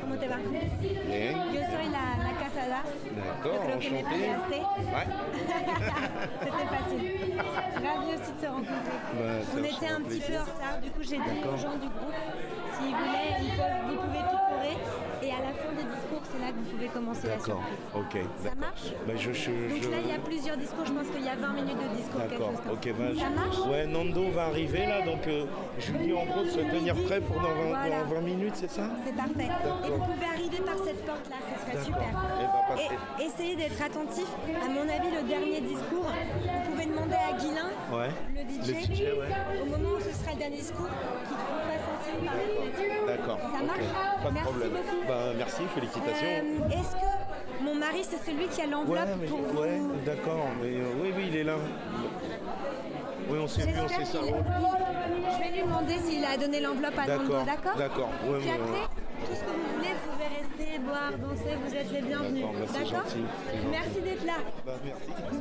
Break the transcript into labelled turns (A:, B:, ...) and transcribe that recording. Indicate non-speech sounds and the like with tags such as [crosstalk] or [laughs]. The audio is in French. A: ¿Cómo te va?
B: Bien.
A: Yo soy la, la casada.
B: D'accord,
A: Yo creo que me
B: enchanté. [laughs]
A: fallaste.
B: Ouais.
A: C'était facile. Ravi aussi de se rencontrer.
B: Bah, ça
A: On
B: me
A: était
B: fait
A: un petit peu
B: plaisir.
A: en retard, du coup j'ai dit aux
B: D'accord.
A: gens du groupe, s'ils voulaient, ils peuvent, vous pouvez picorer. Et à la fin des discours, c'est là que vous pouvez commencer la
B: D'accord,
A: surprise.
B: ok.
A: Ça
B: d'accord.
A: marche
B: Bah, je, je-
A: Donc
B: je-
A: là, il y a plusieurs discours, je pense qu'il y a 20 minutes de discours. quelque
B: D'accord,
A: chose comme
B: ok.
A: ça.
B: ben,
A: ça
B: je-
A: marche
B: Ouais, Nando va arriver là, donc euh, je lui dis en gros de se tenir prêt pour dans 20,
A: Voilà.
B: dans 20 minutes, c'est ça
A: C'est parfait. Et vous pouvez arriver par cette porte-là, ce serait super.
B: Eh ben, passez.
A: Et essayez d'être attentif. À mon avis, le dernier discours, vous pouvez demander à Guilin,
B: Ouais.
A: le DJ,
B: Le DJ, ouais.
A: au moment où ce sera le dernier discours, qu'il vous fasse un signe par la fenêtre.
B: D'accord,
A: Ça
B: ok.
A: marche
B: Pas de
A: Merci
B: problème.
A: beaucoup.
B: Ben, merci, félicitations.
A: Euh, Est-ce que mon mari, c'est celui qui a
B: ouais,
A: l'enveloppe
B: mais-
A: pour vous
B: ouais, d'accord. mais, euh, oui, oui, il est là. Oui, on s'est vu, on
A: J'espère
B: s'est
A: qu'il...
B: ça.
A: Je vais lui demander s'il a donné l'enveloppe à Nando,
B: D'accord,
A: d'accord
B: d'accord. Ouais,
A: Puis
B: mais,
A: après, tout ce que vous voulez, vous pouvez rester, boire, danser, vous êtes les bienvenus.
B: D'accord, bah, c'est gentil, c'est gentil.
A: Merci d'être là.
B: Bah, merci.